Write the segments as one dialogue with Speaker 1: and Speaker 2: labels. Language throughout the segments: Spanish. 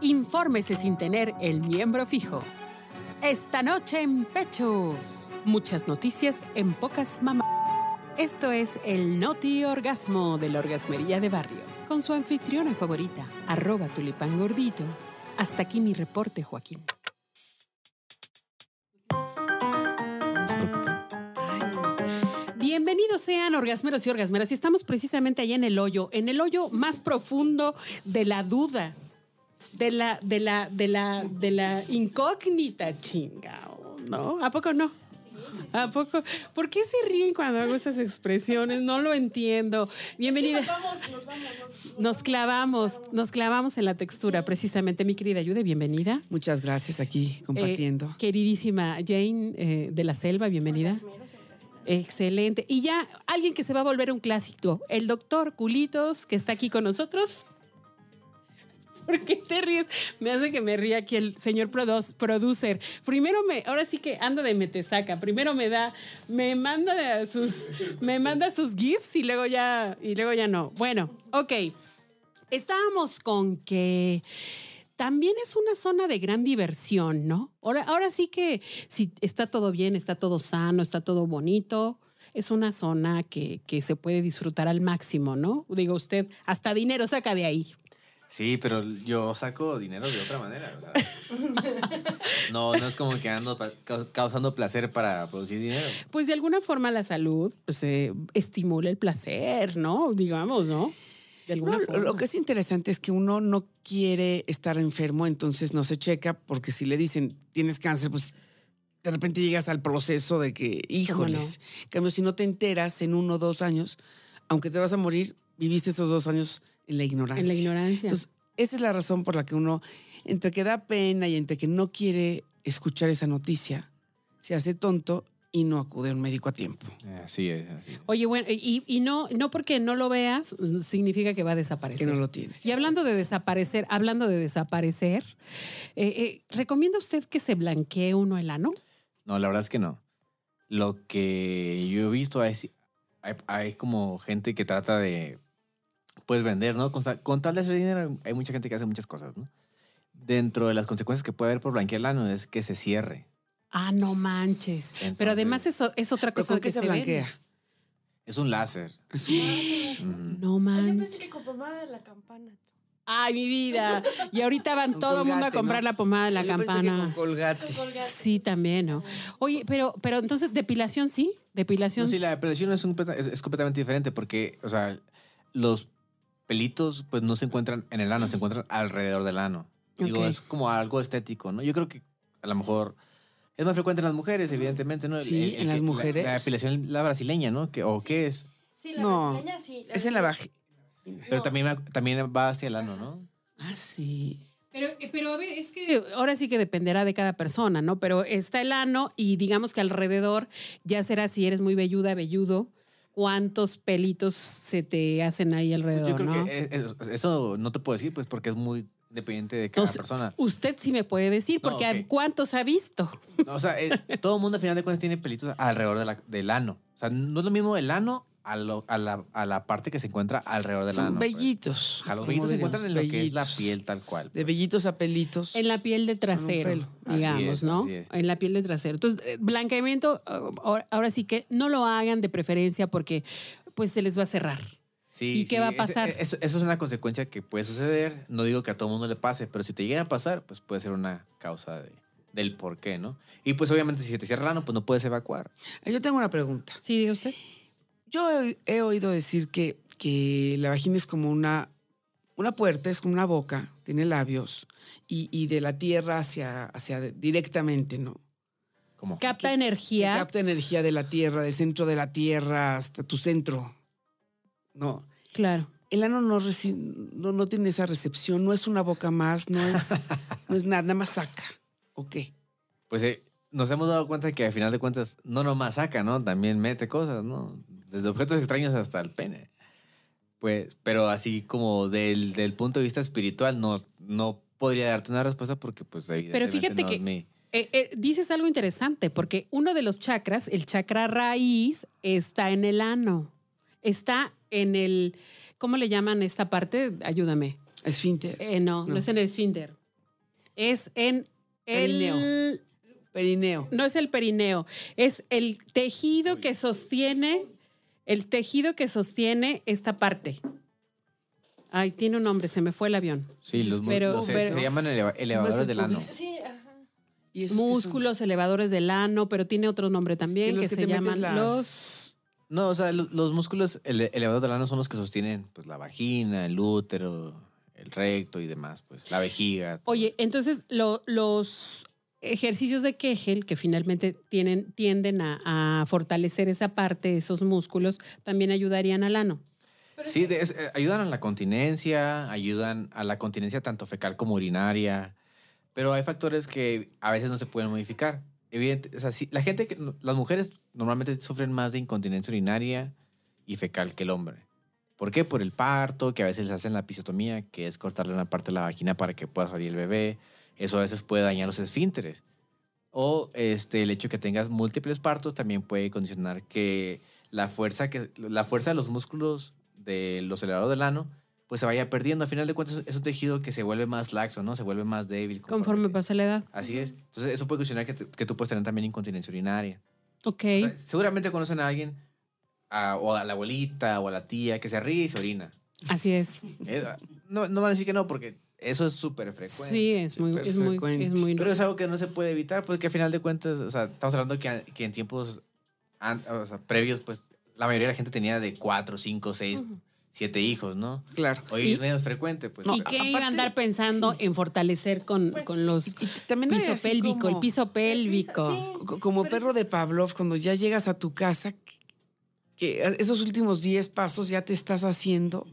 Speaker 1: Infórmese sin tener el miembro fijo. Esta noche en Pechos. Muchas noticias en pocas mamás. Esto es el Noti Orgasmo de la Orgasmería de Barrio, con su anfitriona favorita, arroba tulipán gordito. Hasta aquí mi reporte, Joaquín. Bienvenidos sean orgasmeros y orgasmeras. Y estamos precisamente allá en el hoyo, en el hoyo más profundo de la duda, de la, de la, de la, de la incógnita, chingao, ¿no? ¿A poco no? ¿A poco? ¿Por qué se ríen cuando hago esas expresiones? No lo entiendo. Bienvenida.
Speaker 2: nos vamos, nos,
Speaker 1: Nos clavamos, nos clavamos en la textura, precisamente. Mi querida Ayude, bienvenida.
Speaker 3: Muchas gracias aquí compartiendo.
Speaker 1: Eh, queridísima Jane eh, de la Selva, bienvenida. Excelente. Y ya alguien que se va a volver un clásico, el doctor Culitos, que está aquí con nosotros. ¿Por qué te ríes? Me hace que me ría aquí el señor produ- producer. Primero me, ahora sí que ando de metesaca. Primero me da, me manda de sus, me manda sus gifs y luego ya, y luego ya no. Bueno, ok. Estábamos con que también es una zona de gran diversión, ¿no? Ahora, ahora sí que si está todo bien, está todo sano, está todo bonito, es una zona que, que se puede disfrutar al máximo, ¿no? Digo usted, hasta dinero saca de ahí.
Speaker 4: Sí, pero yo saco dinero de otra manera. o sea, no, no es como que ando pa- cau- causando placer para producir dinero.
Speaker 1: Pues de alguna forma la salud pues, eh, estimula el placer, ¿no? Digamos, ¿no? De alguna
Speaker 3: No, lo-
Speaker 1: forma.
Speaker 3: lo que es interesante es que uno no quiere estar enfermo, entonces no se checa, porque si le dicen tienes cáncer, pues de repente llegas al proceso de que, híjoles. En cambio, si no te enteras en uno o dos años, aunque te vas a morir, viviste esos dos años en la ignorancia.
Speaker 1: en la ignorancia.
Speaker 3: Entonces, esa es la razón por la que uno, entre que da pena y entre que no quiere escuchar esa noticia, se hace tonto y no acude a un médico a tiempo.
Speaker 4: Así es. así es.
Speaker 1: Oye, bueno, y, y no, no porque no lo veas significa que va a
Speaker 3: Que
Speaker 1: desaparecer.
Speaker 3: no lo tienes.
Speaker 1: Y hablando de desaparecer, hablando de desaparecer, eh, eh, ¿recomienda usted que se blanquee uno el ano?
Speaker 4: No, la verdad es que no. Lo que yo he visto es. Hay, hay como gente que trata de. Pues vender, ¿no? Con, tal- con tal de hacer dinero, hay mucha gente que hace muchas cosas, ¿no? Dentro de las consecuencias que puede haber por blanquear la no es que se cierre.
Speaker 1: Ah, no manches.
Speaker 4: Entonces-
Speaker 1: Pero además eso es otra
Speaker 3: ¿Pero
Speaker 1: cosa
Speaker 3: con
Speaker 1: que
Speaker 3: qué se,
Speaker 1: se vende.
Speaker 3: blanquea?
Speaker 4: Es un láser.
Speaker 3: Es un-
Speaker 4: Ujú.
Speaker 1: No
Speaker 2: Ay, yo pensé
Speaker 1: manches.
Speaker 2: que con pomada de la campana.
Speaker 1: Ay, mi vida. Y ahorita van
Speaker 3: Con
Speaker 1: todo el mundo a
Speaker 3: colgate,
Speaker 1: comprar
Speaker 3: ¿no?
Speaker 1: la pomada de la
Speaker 3: Yo pensé que con
Speaker 1: campana.
Speaker 3: colgate.
Speaker 2: Colgate.
Speaker 1: Sí, también, ¿no? Oye, pero, pero entonces, depilación sí,
Speaker 4: No,
Speaker 1: depilación.
Speaker 4: sí, la depilación es, un completa- es- es completamente diferente porque, o sea, los pelitos pues no se encuentran en el ano, se encuentran alrededor del ano. Digo,
Speaker 1: Ok.
Speaker 4: es como algo estético, ¿no? Yo creo que a lo mejor es más frecuente en las mujeres, evidentemente, ¿no? El-
Speaker 3: Sí,
Speaker 4: el- el
Speaker 3: en las
Speaker 4: que- la-
Speaker 3: mujeres.
Speaker 4: La, depilación, la brasileña, ¿no? Que, ¿O qué es?
Speaker 2: Sí, la
Speaker 3: No.
Speaker 2: brasileña sí.
Speaker 3: Es en la vagina.
Speaker 4: Pero
Speaker 2: No.
Speaker 4: también, va- también va hacia el ano, ¿no?
Speaker 3: Ah, sí.
Speaker 1: Pero, eh, pero a ver, es que ahora sí que dependerá de cada persona, ¿no? Pero está el ano y digamos que alrededor ya será si eres muy velluda, velludo, cuántos pelitos se te hacen ahí alrededor,
Speaker 4: Yo creo
Speaker 1: ¿no?
Speaker 4: que es- es- eso no te puedo decir, pues, porque es muy dependiente de cada
Speaker 1: Entonces,
Speaker 4: persona.
Speaker 1: usted sí me puede decir,
Speaker 4: No,
Speaker 1: porque
Speaker 4: ok.
Speaker 1: ¿a ¿cuántos ha visto?
Speaker 4: No, o sea, eh, todo el mundo al final de cuentas tiene pelitos alrededor de la- del ano. O sea, no es lo mismo el ano a, lo- a la, a la parte que se encuentra alrededor del ano.
Speaker 3: Son
Speaker 4: pues.
Speaker 3: vellitos.
Speaker 4: A los
Speaker 3: como
Speaker 4: vellitos se
Speaker 3: dirían,
Speaker 4: encuentran en lo que es la
Speaker 3: vellitos.
Speaker 4: piel tal cual.
Speaker 3: De vellitos a pelitos.
Speaker 1: En la piel de
Speaker 3: Con un
Speaker 1: trasero,
Speaker 3: pelo.
Speaker 4: Así
Speaker 1: digamos,
Speaker 4: es,
Speaker 1: ¿no?
Speaker 4: así es.
Speaker 1: En la piel de trasero. Entonces, eh, blanqueamiento, ah, ahora, ahora sí que no lo hagan de preferencia porque pues se les va a cerrar.
Speaker 4: Sí,
Speaker 1: ¿Y qué
Speaker 4: sí,
Speaker 1: va a
Speaker 4: ese- eh,
Speaker 1: pasar? Pues
Speaker 4: eso, eso es una consecuencia que puede suceder. No digo que a todo mundo le pase, pero si te llega a pasar, pues puede ser una causa de- del por qué, ¿no? Y pues obviamente si se te cierra el ano, pues no puedes evacuar.
Speaker 3: Ah, Yo tengo una pregunta.
Speaker 1: ¿Sí, diga usted?
Speaker 3: Yo he, he oído decir que, que la vagina es como una, una puerta, es como una boca, tiene labios y, y de la tierra hacia, hacia de- directamente, ¿no?
Speaker 4: Como,
Speaker 1: Capta
Speaker 3: Que
Speaker 1: energía.
Speaker 3: Capta energía de la tierra, del centro de la tierra hasta tu centro. No.
Speaker 1: Claro.
Speaker 3: El ano no, reci- no, no tiene esa recepción, no es una boca más, no es, no es nada, nada más saca. ¿O qué?
Speaker 4: pues eh, nos hemos dado cuenta que al final de cuentas no nomás saca, ¿no? También mete cosas, ¿no? Desde objetos extraños hasta el pene. Pues, pero así como del, del punto de vista espiritual, no, no podría darte una respuesta porque, pues, evidentemente
Speaker 1: fíjate
Speaker 4: no
Speaker 1: que-
Speaker 4: es mi-
Speaker 1: Eh, eh, dices algo interesante, porque uno de los chakras, el chakra raíz, está en el ano. Está en el. ¿Cómo le llaman esta parte? Ayúdame.
Speaker 3: Esfínter.
Speaker 1: Eh, no, no,
Speaker 3: No.
Speaker 1: es en el esfínter. es en el...
Speaker 3: Perineo. Perineo.
Speaker 1: No es el perineo, es el tejido que sostiene, el tejido que sostiene esta parte. Ay, tiene un nombre, se me fue el avión.
Speaker 4: Sí, los mu-
Speaker 1: Pero-
Speaker 4: no sé,
Speaker 1: pero-
Speaker 4: se llaman eleva- elevadores
Speaker 3: el
Speaker 4: del ano.
Speaker 3: pubis.
Speaker 2: Sí, ajá.
Speaker 3: ¿Y esos que son?
Speaker 1: Músculos, elevadores del ano, pero tiene otro nombre
Speaker 3: ¿Y
Speaker 1: también
Speaker 3: los
Speaker 1: que,
Speaker 3: te
Speaker 1: se
Speaker 3: metes
Speaker 1: llaman
Speaker 3: las-
Speaker 1: los...
Speaker 4: No, o sea, lo- los, músculos ele- elevadores del ano son los que sostienen pues la vagina, el útero, el recto y demás, pues la vejiga. todo
Speaker 1: Oye,
Speaker 4: eso.
Speaker 1: entonces lo- los ejercicios de Kegel, que finalmente tienen, tienden a, a fortalecer esa parte, esos músculos, también ayudarían al ano.
Speaker 2: Pero es
Speaker 4: Sí,
Speaker 2: que-
Speaker 4: de- es- eh, ayudan a la continencia, ayudan a la continencia tanto fecal como urinaria, pero hay factores que a veces no se pueden modificar. Evidente, o sea, sí, la gente, que- las mujeres normalmente sufren más de incontinencia urinaria y fecal que el hombre. ¿Por qué? Por el parto, que a veces les hacen la episiotomía, que es cortarle una parte de la vagina para que pueda salir el bebé. Eso a veces puede dañar los esfínteres. O este, el hecho de que tengas múltiples partos también puede condicionar que la fuerza, que, la fuerza de los músculos de los elevadores del ano pues se vaya perdiendo. Al final de cuentas es un tejido que se vuelve más laxo, ¿no? Se vuelve más débil.
Speaker 1: Conforme
Speaker 4: pasa.
Speaker 1: pasa la edad.
Speaker 4: Así es. Entonces eso puede condicionar que, te- que tú puedes tener también incontinencia urinaria.
Speaker 1: Ok.
Speaker 4: O sea, seguramente conocen a alguien, a- o a la abuelita, o a la tía, que se ríe y se orina.
Speaker 1: Así es.
Speaker 4: Eh, No, no van a decir que no, porque eso es súper frecuente.
Speaker 1: Sí, es muy, es muy,
Speaker 3: superfrecuente.
Speaker 1: es muy
Speaker 4: Pero es algo que no se puede evitar, porque al final de cuentas, o sea, estamos hablando que, que en tiempos an- o sea, previos, pues la mayoría de la gente tenía de 4, 5, 6, 7 hijos, ¿no?
Speaker 3: Claro.
Speaker 4: Hoy
Speaker 1: Y-
Speaker 4: es menos frecuente, pues.
Speaker 1: ¿Y
Speaker 4: pero-
Speaker 1: qué
Speaker 3: aparte-
Speaker 1: iba a andar pensando en fortalecer con,
Speaker 2: Pues,
Speaker 1: con los
Speaker 3: Y t- también hay
Speaker 1: piso
Speaker 3: así
Speaker 1: pélvico, el
Speaker 3: como-
Speaker 1: piso pélvico?
Speaker 2: Sí,
Speaker 3: co- Como
Speaker 2: pero
Speaker 3: perro
Speaker 2: es-
Speaker 3: de Pavlov, cuando ya llegas a tu casa, que- que esos últimos 10 pasos ya te estás haciendo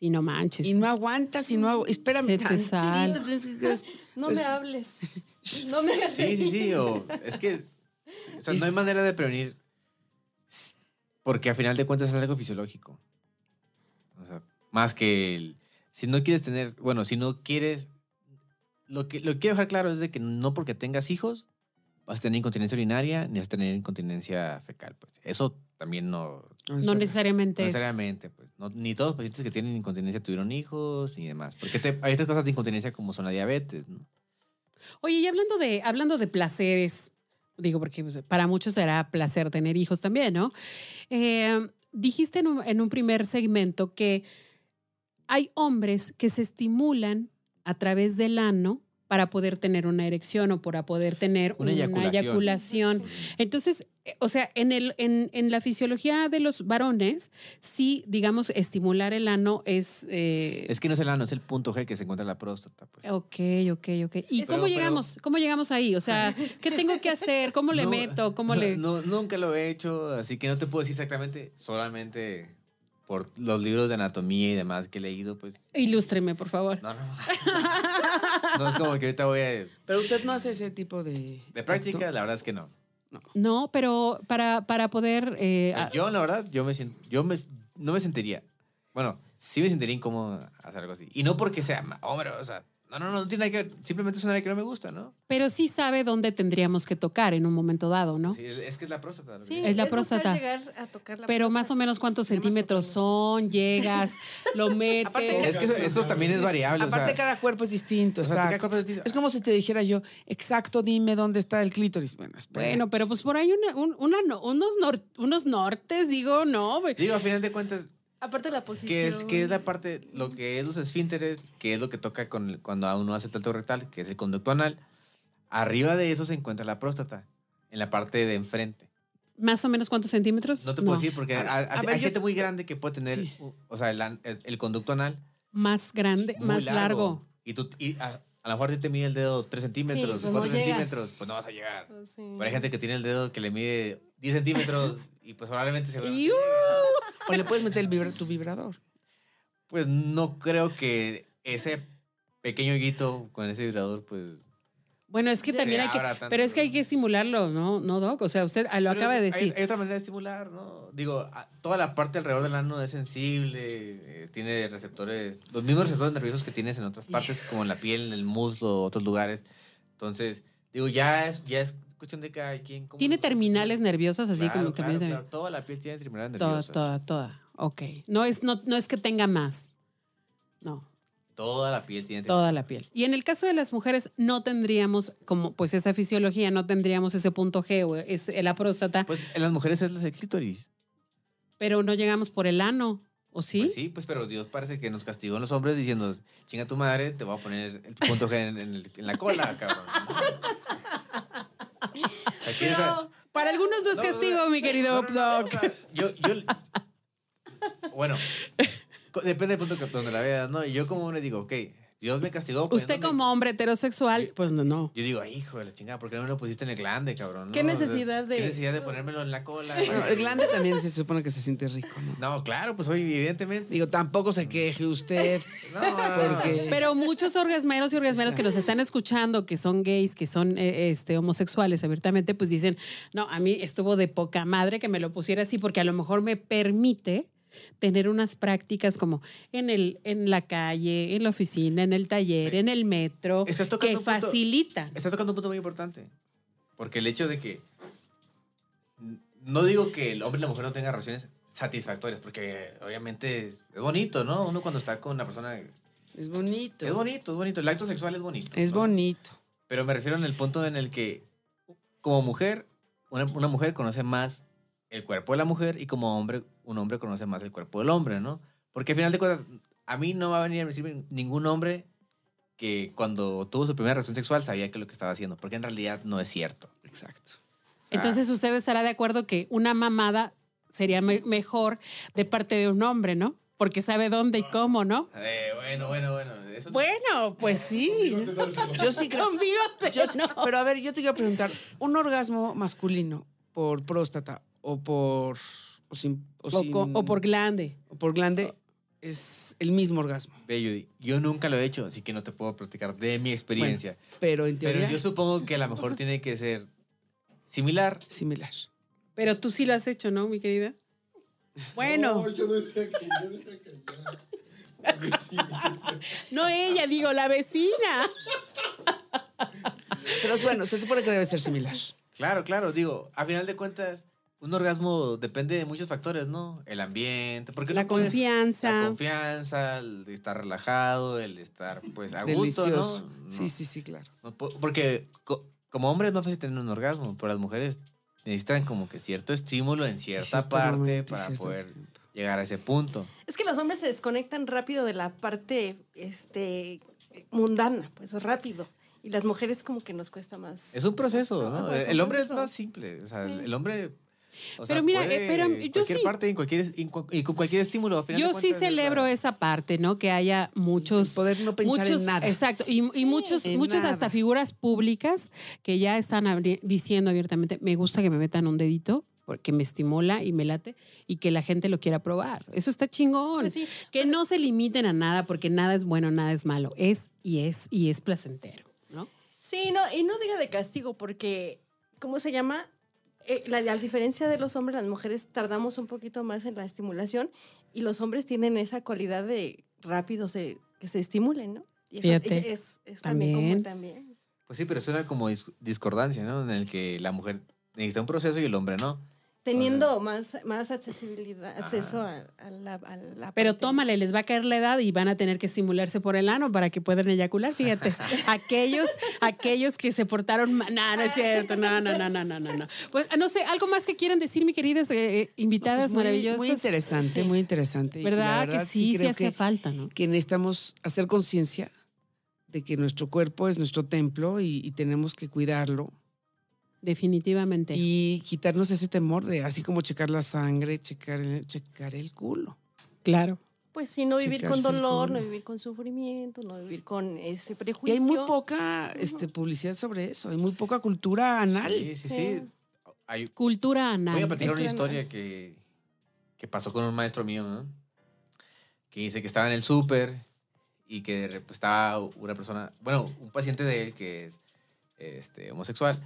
Speaker 1: Si no manches.
Speaker 3: y no aguantas y no agu- Espérame.
Speaker 1: Se te sale.
Speaker 3: tantito, tienes que quedas-
Speaker 2: No
Speaker 3: Pues-
Speaker 2: me hables. No me hagas
Speaker 4: Sí, sí, sí. O, es que o sea, no hay
Speaker 3: Es-
Speaker 4: manera de prevenir. Porque al final de cuentas es algo fisiológico. O sea, más que el- si no quieres tener, bueno, si no quieres, lo que, lo que quiero dejar claro es de que no porque tengas hijos vas a tener incontinencia urinaria ni vas a tener incontinencia fecal. Pues. Eso también no,
Speaker 3: es
Speaker 1: no
Speaker 3: verdad.
Speaker 1: necesariamente
Speaker 4: no
Speaker 1: es.
Speaker 4: necesariamente. Pues. No- ni todos los pacientes que tienen incontinencia tuvieron hijos ni demás. Porque te- hay otras cosas de incontinencia como son la diabetes. ¿no?
Speaker 1: Oye, y hablando de, hablando de placeres, digo, porque pues, para muchos será placer tener hijos también, ¿no? Eh, dijiste en un, en un primer segmento que hay hombres que se estimulan a través del ano para poder tener una erección o para poder tener una,
Speaker 4: Una eyaculación.
Speaker 1: eyaculación. Entonces, eh, o sea, en, el, en, en la fisiología de los varones, sí, digamos, estimular el ano es... eh,
Speaker 4: Es que no es el ano, es el punto G que se encuentra en la próstata. Pues.
Speaker 1: Ok, ok, ok. ¿Y
Speaker 2: Es-
Speaker 1: cómo
Speaker 4: Pero-
Speaker 1: llegamos? ¿Cómo llegamos ahí? O sea, ¿qué tengo que hacer? ¿Cómo le
Speaker 4: No,
Speaker 1: meto? ¿Cómo
Speaker 4: no,
Speaker 1: le...?
Speaker 4: no, nunca lo he hecho, así que no te puedo decir exactamente, solamente por los libros de anatomía y demás que he leído, pues.
Speaker 1: Ilústreme, por favor.
Speaker 4: No, no. No es como que ahorita voy a.
Speaker 3: Pero usted no hace ese tipo de.
Speaker 4: De práctica, la verdad es que no.
Speaker 1: No, pero para, para poder... eh,
Speaker 4: O sea,
Speaker 1: a-
Speaker 4: yo, la verdad, yo me siento. Yo me, no me sentiría. Bueno, sí me sentiría incómodo hacer algo así. Y no porque sea ma- hombre, o sea. No, no, no, no tiene nada que. Simplemente es una área que no me gusta, ¿no?
Speaker 1: pero sí sabe dónde tendríamos que tocar en un momento dado, ¿no?
Speaker 4: Sí, es que es la próstata. lo que
Speaker 2: Sí,
Speaker 4: digo.
Speaker 1: Es la
Speaker 2: buscar
Speaker 1: próstata.
Speaker 2: llegar a tocar la
Speaker 1: Pero más o
Speaker 2: próstata.
Speaker 1: menos cuántos
Speaker 3: Nada más
Speaker 1: centímetros son, llegas, lo
Speaker 3: Aparte
Speaker 1: metes.
Speaker 4: Es que eso, eso también es variable. o sea,
Speaker 3: Aparte, cada cuerpo es distinto.
Speaker 4: o sea, cada
Speaker 3: exacto.
Speaker 4: cuerpo es distinto.
Speaker 3: Es como si te dijera yo, exacto, dime dónde está el clítoris. Bueno, espera.
Speaker 1: Bueno, pero pues por ahí una- un- una no- unos, nor- unos nortes, digo, no. güey.
Speaker 4: Digo, a final de cuentas,
Speaker 2: Aparte la posición.
Speaker 4: que es, que es la parte, lo que es los esfínteres, que es lo que toca con, el- cuando uno hace el tacto rectal, que es el conducto anal. Arriba de eso se encuentra la próstata, en la parte de enfrente.
Speaker 1: Más o menos cuántos centímetros.
Speaker 4: No te puedo decir porque ha- ha-
Speaker 3: a
Speaker 4: hay
Speaker 3: ver, yo-
Speaker 4: gente muy grande que puede tener,
Speaker 3: Sí.
Speaker 4: u- o sea, el, an- el- el conducto anal
Speaker 1: Más grande,
Speaker 4: muy
Speaker 1: más largo.
Speaker 4: Y tú, y a, a lo mejor te mide el dedo 3 centímetros,
Speaker 2: pues no
Speaker 4: 4
Speaker 2: llegas.
Speaker 4: centímetros, pues no vas a llegar.
Speaker 2: Oh, sí.
Speaker 4: Pero hay gente que tiene el dedo que le mide 10 centímetros y pues probablemente se
Speaker 1: ¡Iu!
Speaker 3: O le puedes meter el vibra- tu vibrador.
Speaker 4: Pues no creo que ese pequeño guito con ese vibrador, pues.
Speaker 1: Bueno, es que
Speaker 4: Se
Speaker 1: también hay que,
Speaker 4: abra tanto,
Speaker 1: pero es que hay
Speaker 4: ¿no?
Speaker 1: que estimularlo, ¿no? No, Doc, o sea, usted ah, lo
Speaker 4: Pero
Speaker 1: acaba de
Speaker 4: hay-
Speaker 1: decir.
Speaker 4: Hay, otra manera de estimular, ¿no? Digo, a- toda la parte alrededor del ano es sensible, eh, tiene receptores, los mismos receptores nerviosos que tienes en otras partes, como en la piel, en el muslo, otros lugares. Entonces, digo, ya es, ya es cuestión de cada quien. cómo
Speaker 1: Tiene
Speaker 4: lo-
Speaker 1: terminales nerviosas, así
Speaker 4: Claro,
Speaker 1: como
Speaker 4: claro,
Speaker 1: también.
Speaker 4: claro, toda la piel tiene terminales
Speaker 1: toda,
Speaker 4: nerviosas.
Speaker 1: toda, toda. Ok. No es, no, no es que tenga más. No.
Speaker 4: Toda la piel tiene
Speaker 1: toda la piel. Y en el caso de las mujeres no tendríamos como pues esa fisiología, no tendríamos ese punto G, o es eh, la próstata,
Speaker 4: Pues en las mujeres es el clítoris.
Speaker 1: pero no llegamos por el ano, ¿o sí?
Speaker 4: Pues sí, pues pero Dios parece que nos castigó a los hombres diciendo, chinga tu madre, te voy a poner el punto G en, en el- en la cola, cabrón. O sea, ¿quieres saber?
Speaker 1: Pero para algunos no es
Speaker 4: No,
Speaker 1: castigo, mi querido
Speaker 4: No, no, no,
Speaker 1: Doc.
Speaker 4: o sea, yo, yo- Bueno, co- depende del punto que- donde la veas, ¿no? Y yo como hombre digo, ok, Dios me castigó.
Speaker 1: Usted
Speaker 4: poniéndome-
Speaker 1: como hombre heterosexual, pues no, no.
Speaker 4: Yo digo, hijo de la chingada, ¿por qué no me lo pusiste en el glande, cabrón?
Speaker 2: ¿Qué
Speaker 4: No, o sea,
Speaker 2: necesidad de-
Speaker 4: ¿Qué necesidad de ponérmelo en la cola?
Speaker 3: Bueno, el glande también se supone que se siente rico, ¿no?
Speaker 4: No, claro, pues hoy evidentemente.
Speaker 3: Digo, tampoco se queje usted.
Speaker 4: No, no, no, no.
Speaker 3: Porque-
Speaker 1: Pero muchos orgasmeros y orgasmeros que nos están escuchando, que son gays, que son eh, este, homosexuales abiertamente, pues dicen, no, a mí estuvo de poca madre que me lo pusiera así porque a lo mejor me permite tener unas prácticas como en el en la calle, en la oficina, en el taller, en el metro,
Speaker 4: Estás
Speaker 1: que
Speaker 4: tocando un punto-
Speaker 1: facilitan.
Speaker 3: Ah.
Speaker 4: Está tocando un punto muy importante. Porque el hecho de que. No digo que el hombre y la mujer no tengan relaciones satisfactorias, porque obviamente es, es bonito, ¿no? Uno cuando está con una persona. Es
Speaker 3: Es bonito.
Speaker 4: bonito, es bonito. El acto sexual es bonito.
Speaker 3: Es
Speaker 4: ¿no?
Speaker 3: bonito.
Speaker 4: Pero me refiero en el punto en el que, como mujer, una, una mujer conoce más el cuerpo de la mujer y como hombre, un hombre conoce más el cuerpo del hombre, ¿no? Porque al final de cuentas, a mí no va a venir a decirme ningún hombre que cuando tuvo su primera relación sexual sabía que lo que estaba haciendo, porque en realidad no es cierto.
Speaker 3: Exacto.
Speaker 1: Entonces usted estará de acuerdo que una mamada sería me- mejor de parte de un hombre, ¿no? Porque sabe dónde y
Speaker 3: Ah.
Speaker 1: cómo, ¿no?
Speaker 4: Eh, bueno, bueno, bueno. Eso
Speaker 1: Bueno, pues sí.
Speaker 3: Yo sí creo.
Speaker 1: Con bigote,
Speaker 3: yo sí-
Speaker 1: ¿no?
Speaker 3: Pero a ver, yo te quiero preguntar: ¿un orgasmo masculino por próstata o por. o, sin- o
Speaker 1: O,
Speaker 3: sin-
Speaker 1: co- o por glande.
Speaker 3: o por glande es el mismo orgasmo?
Speaker 4: Ve, Judy, yo nunca lo he hecho, así que no te puedo platicar de mi experiencia.
Speaker 3: Pero en teoría,
Speaker 4: pero yo supongo que a lo mejor tiene que ser similar.
Speaker 3: similar.
Speaker 1: Pero tú sí lo has hecho, ¿no, mi querida? Bueno,
Speaker 5: No, yo no decía que yo decía que ya. Porque sí.
Speaker 1: no ella, digo, la vecina.
Speaker 3: Pero es bueno, se supone que debe ser similar.
Speaker 4: Claro, claro, digo, a final de cuentas, un orgasmo depende de muchos factores, ¿no? El ambiente, porque
Speaker 1: La
Speaker 4: no puedes-
Speaker 1: confianza.
Speaker 4: La confianza, el de estar relajado, el estar, pues, a gusto, ¿no?
Speaker 3: Delicioso.
Speaker 4: No,
Speaker 3: Sí, sí, sí, claro.
Speaker 4: no po- porque co- como hombre es más fácil tener un orgasmo, pero las mujeres necesitan como que cierto estímulo en cierta
Speaker 3: Cierto
Speaker 4: parte
Speaker 3: momento y
Speaker 4: para
Speaker 3: cierto
Speaker 4: poder
Speaker 3: tiempo.
Speaker 4: llegar a ese punto.
Speaker 2: Es que los hombres se desconectan rápido de la parte este, mundana, pues rápido. Y las mujeres como que nos cuesta más.
Speaker 4: Es un proceso, ¿no?
Speaker 2: trabajo, es un
Speaker 4: El hombre es
Speaker 2: proceso.
Speaker 4: más simple, o sea, el
Speaker 2: Sí.
Speaker 4: el hombre... o
Speaker 1: Pero mira, eh,
Speaker 4: puede
Speaker 1: pero
Speaker 4: en
Speaker 1: yo
Speaker 4: cualquier
Speaker 1: sí-
Speaker 4: parte, en cualquier, en cu- y con cualquier estímulo. al final de
Speaker 1: Yo sí
Speaker 4: cuentas, es la-
Speaker 1: celebro esa parte, ¿no? Que haya muchos...
Speaker 3: El poder no pues pensar
Speaker 1: muchos,
Speaker 3: en nada.
Speaker 1: Exacto. Y, y muchos,
Speaker 3: en
Speaker 1: muchos
Speaker 3: nada.
Speaker 1: hasta figuras públicas que ya están abri- diciendo abiertamente, me gusta que me metan un dedito porque me estimula y me late y que la gente lo quiera probar. Eso está chingón.
Speaker 2: Pues sí,
Speaker 1: que no se limiten a nada porque nada es bueno, nada es malo. Es y es y es placentero, ¿no?
Speaker 2: Sí, no, y no diga de castigo porque, ¿cómo se llama? Eh, la, la diferencia de los hombres, las mujeres tardamos un poquito más en la estimulación y los hombres tienen esa cualidad de rápido se, que se estimulen, ¿no? Y eso
Speaker 1: Fíjate,
Speaker 2: es, es también como
Speaker 1: también.
Speaker 2: también.
Speaker 4: Pues sí, pero suena como dis- discordancia, ¿no? En el que la mujer necesita un proceso y el hombre no.
Speaker 2: Teniendo más, más accesibilidad,
Speaker 4: Ajá.
Speaker 2: acceso a, a la, a la
Speaker 1: Pero
Speaker 2: parte.
Speaker 1: tómale, les va a caer la edad y van a tener que estimularse por el ano para que puedan eyacular. Fíjate, aquellos, aquellos que se portaron mal. No, no es cierto. No, no, no, no, no, no. no. Pues no sé, algo más que quieran decir, mi queridas eh, eh, invitadas
Speaker 3: Pues muy-
Speaker 1: maravillosas.
Speaker 3: Muy interesante, muy interesante. Y la
Speaker 1: ¿Verdad? que sí, sí
Speaker 3: creo
Speaker 1: hace
Speaker 3: que-
Speaker 1: falta, ¿no?
Speaker 3: que necesitamos hacer conciencia de que nuestro cuerpo es nuestro templo y, y tenemos que cuidarlo
Speaker 1: Definitivamente.
Speaker 3: y quitarnos ese temor de así como checar la sangre, checar el, checar el culo.
Speaker 1: claro.
Speaker 2: Pues sí, no vivir con
Speaker 3: Checarse el
Speaker 2: dolor,
Speaker 3: culo.
Speaker 2: no vivir con sufrimiento, no vivir con ese
Speaker 3: Y
Speaker 2: prejuicio.
Speaker 3: hay muy poca este, publicidad sobre eso, hay muy poca cultura anal.
Speaker 4: Sí, sí, sí. Hay-
Speaker 1: Cultura anal.
Speaker 4: voy a platicar una
Speaker 1: Es-
Speaker 4: historia que, que pasó con un maestro mío, ¿no? Que dice que estaba en el súper y que de rep- estaba una persona, bueno, un paciente de él que es este, homosexual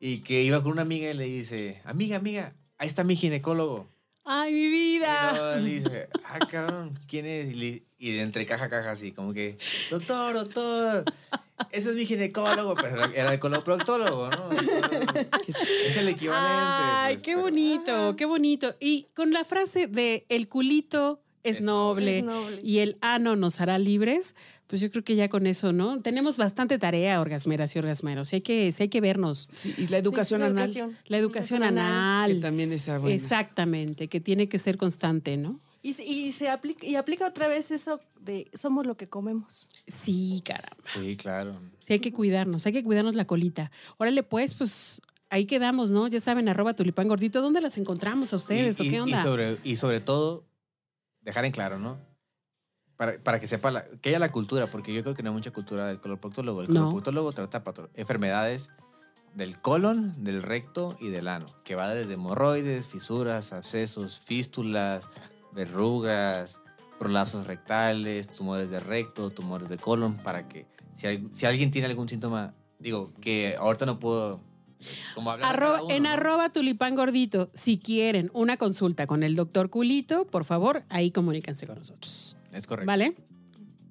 Speaker 4: y que iba con una amiga y le dice, amiga, amiga, ahí está mi ginecólogo.
Speaker 1: Ay, mi
Speaker 4: Y luego
Speaker 1: vida.
Speaker 4: le dice, ah, cabrón, ¿quién es? Y, le- y de entre caja a caja así, como que, doctor, doctor, ese es mi ginecólogo, pero era- era el coloproctólogo, ¿no? Es el equivalente.
Speaker 1: Ay,
Speaker 4: pues,
Speaker 1: qué
Speaker 3: Ah.
Speaker 4: pero-
Speaker 1: bonito, qué bonito. Y con la frase de el culito es noble,
Speaker 2: Es noble.
Speaker 1: y el ano nos hará libres, pues yo creo que ya con eso, ¿no? Tenemos bastante tarea, orgasmeras y orgasmeros. Sí hay que, sí hay que vernos.
Speaker 3: Sí, y la educación
Speaker 2: La
Speaker 3: anal,
Speaker 2: educación.
Speaker 1: La educación
Speaker 2: Educación
Speaker 1: anal.
Speaker 3: que también es buena.
Speaker 1: Exactamente, que tiene que ser constante, ¿no?
Speaker 2: Y, se- y se aplica, y aplica otra vez eso de somos lo que comemos.
Speaker 1: Sí, caramba.
Speaker 4: Sí, claro.
Speaker 1: Sí, hay que cuidarnos, hay que cuidarnos la colita. Órale, pues, pues ahí quedamos, ¿no? Ya saben, arroba tulipán gordito. ¿Dónde las encontramos a ustedes?
Speaker 4: y,
Speaker 1: ¿O
Speaker 4: y-
Speaker 1: qué onda?
Speaker 4: Y sobre, y sobre todo, dejar en claro, ¿no? Para, para que sepa, la- que haya la cultura, porque yo creo que no hay mucha cultura del colorproctólogo. El
Speaker 1: No.
Speaker 4: colorproctólogo trata pato- enfermedades del colon, del recto y del ano, que va desde hemorroides, fisuras, abscesos, fístulas, verrugas, prolapsos rectales, tumores de recto, tumores de colon, para que si, al- si alguien tiene algún síntoma, digo, que ahorita no puedo... Como hablar de
Speaker 1: Arroba-
Speaker 4: cada uno,
Speaker 1: en
Speaker 4: ¿no?
Speaker 1: arroba tulipán gordito, si quieren una consulta con el doctor Culito, por favor, ahí comuníquense con nosotros.
Speaker 4: Es correcto.
Speaker 1: ¿Vale?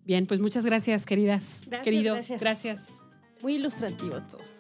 Speaker 1: Bien, pues muchas gracias, queridas.
Speaker 2: Gracias,
Speaker 1: Querido,
Speaker 2: gracias.
Speaker 1: gracias.
Speaker 2: Muy ilustrativo todo.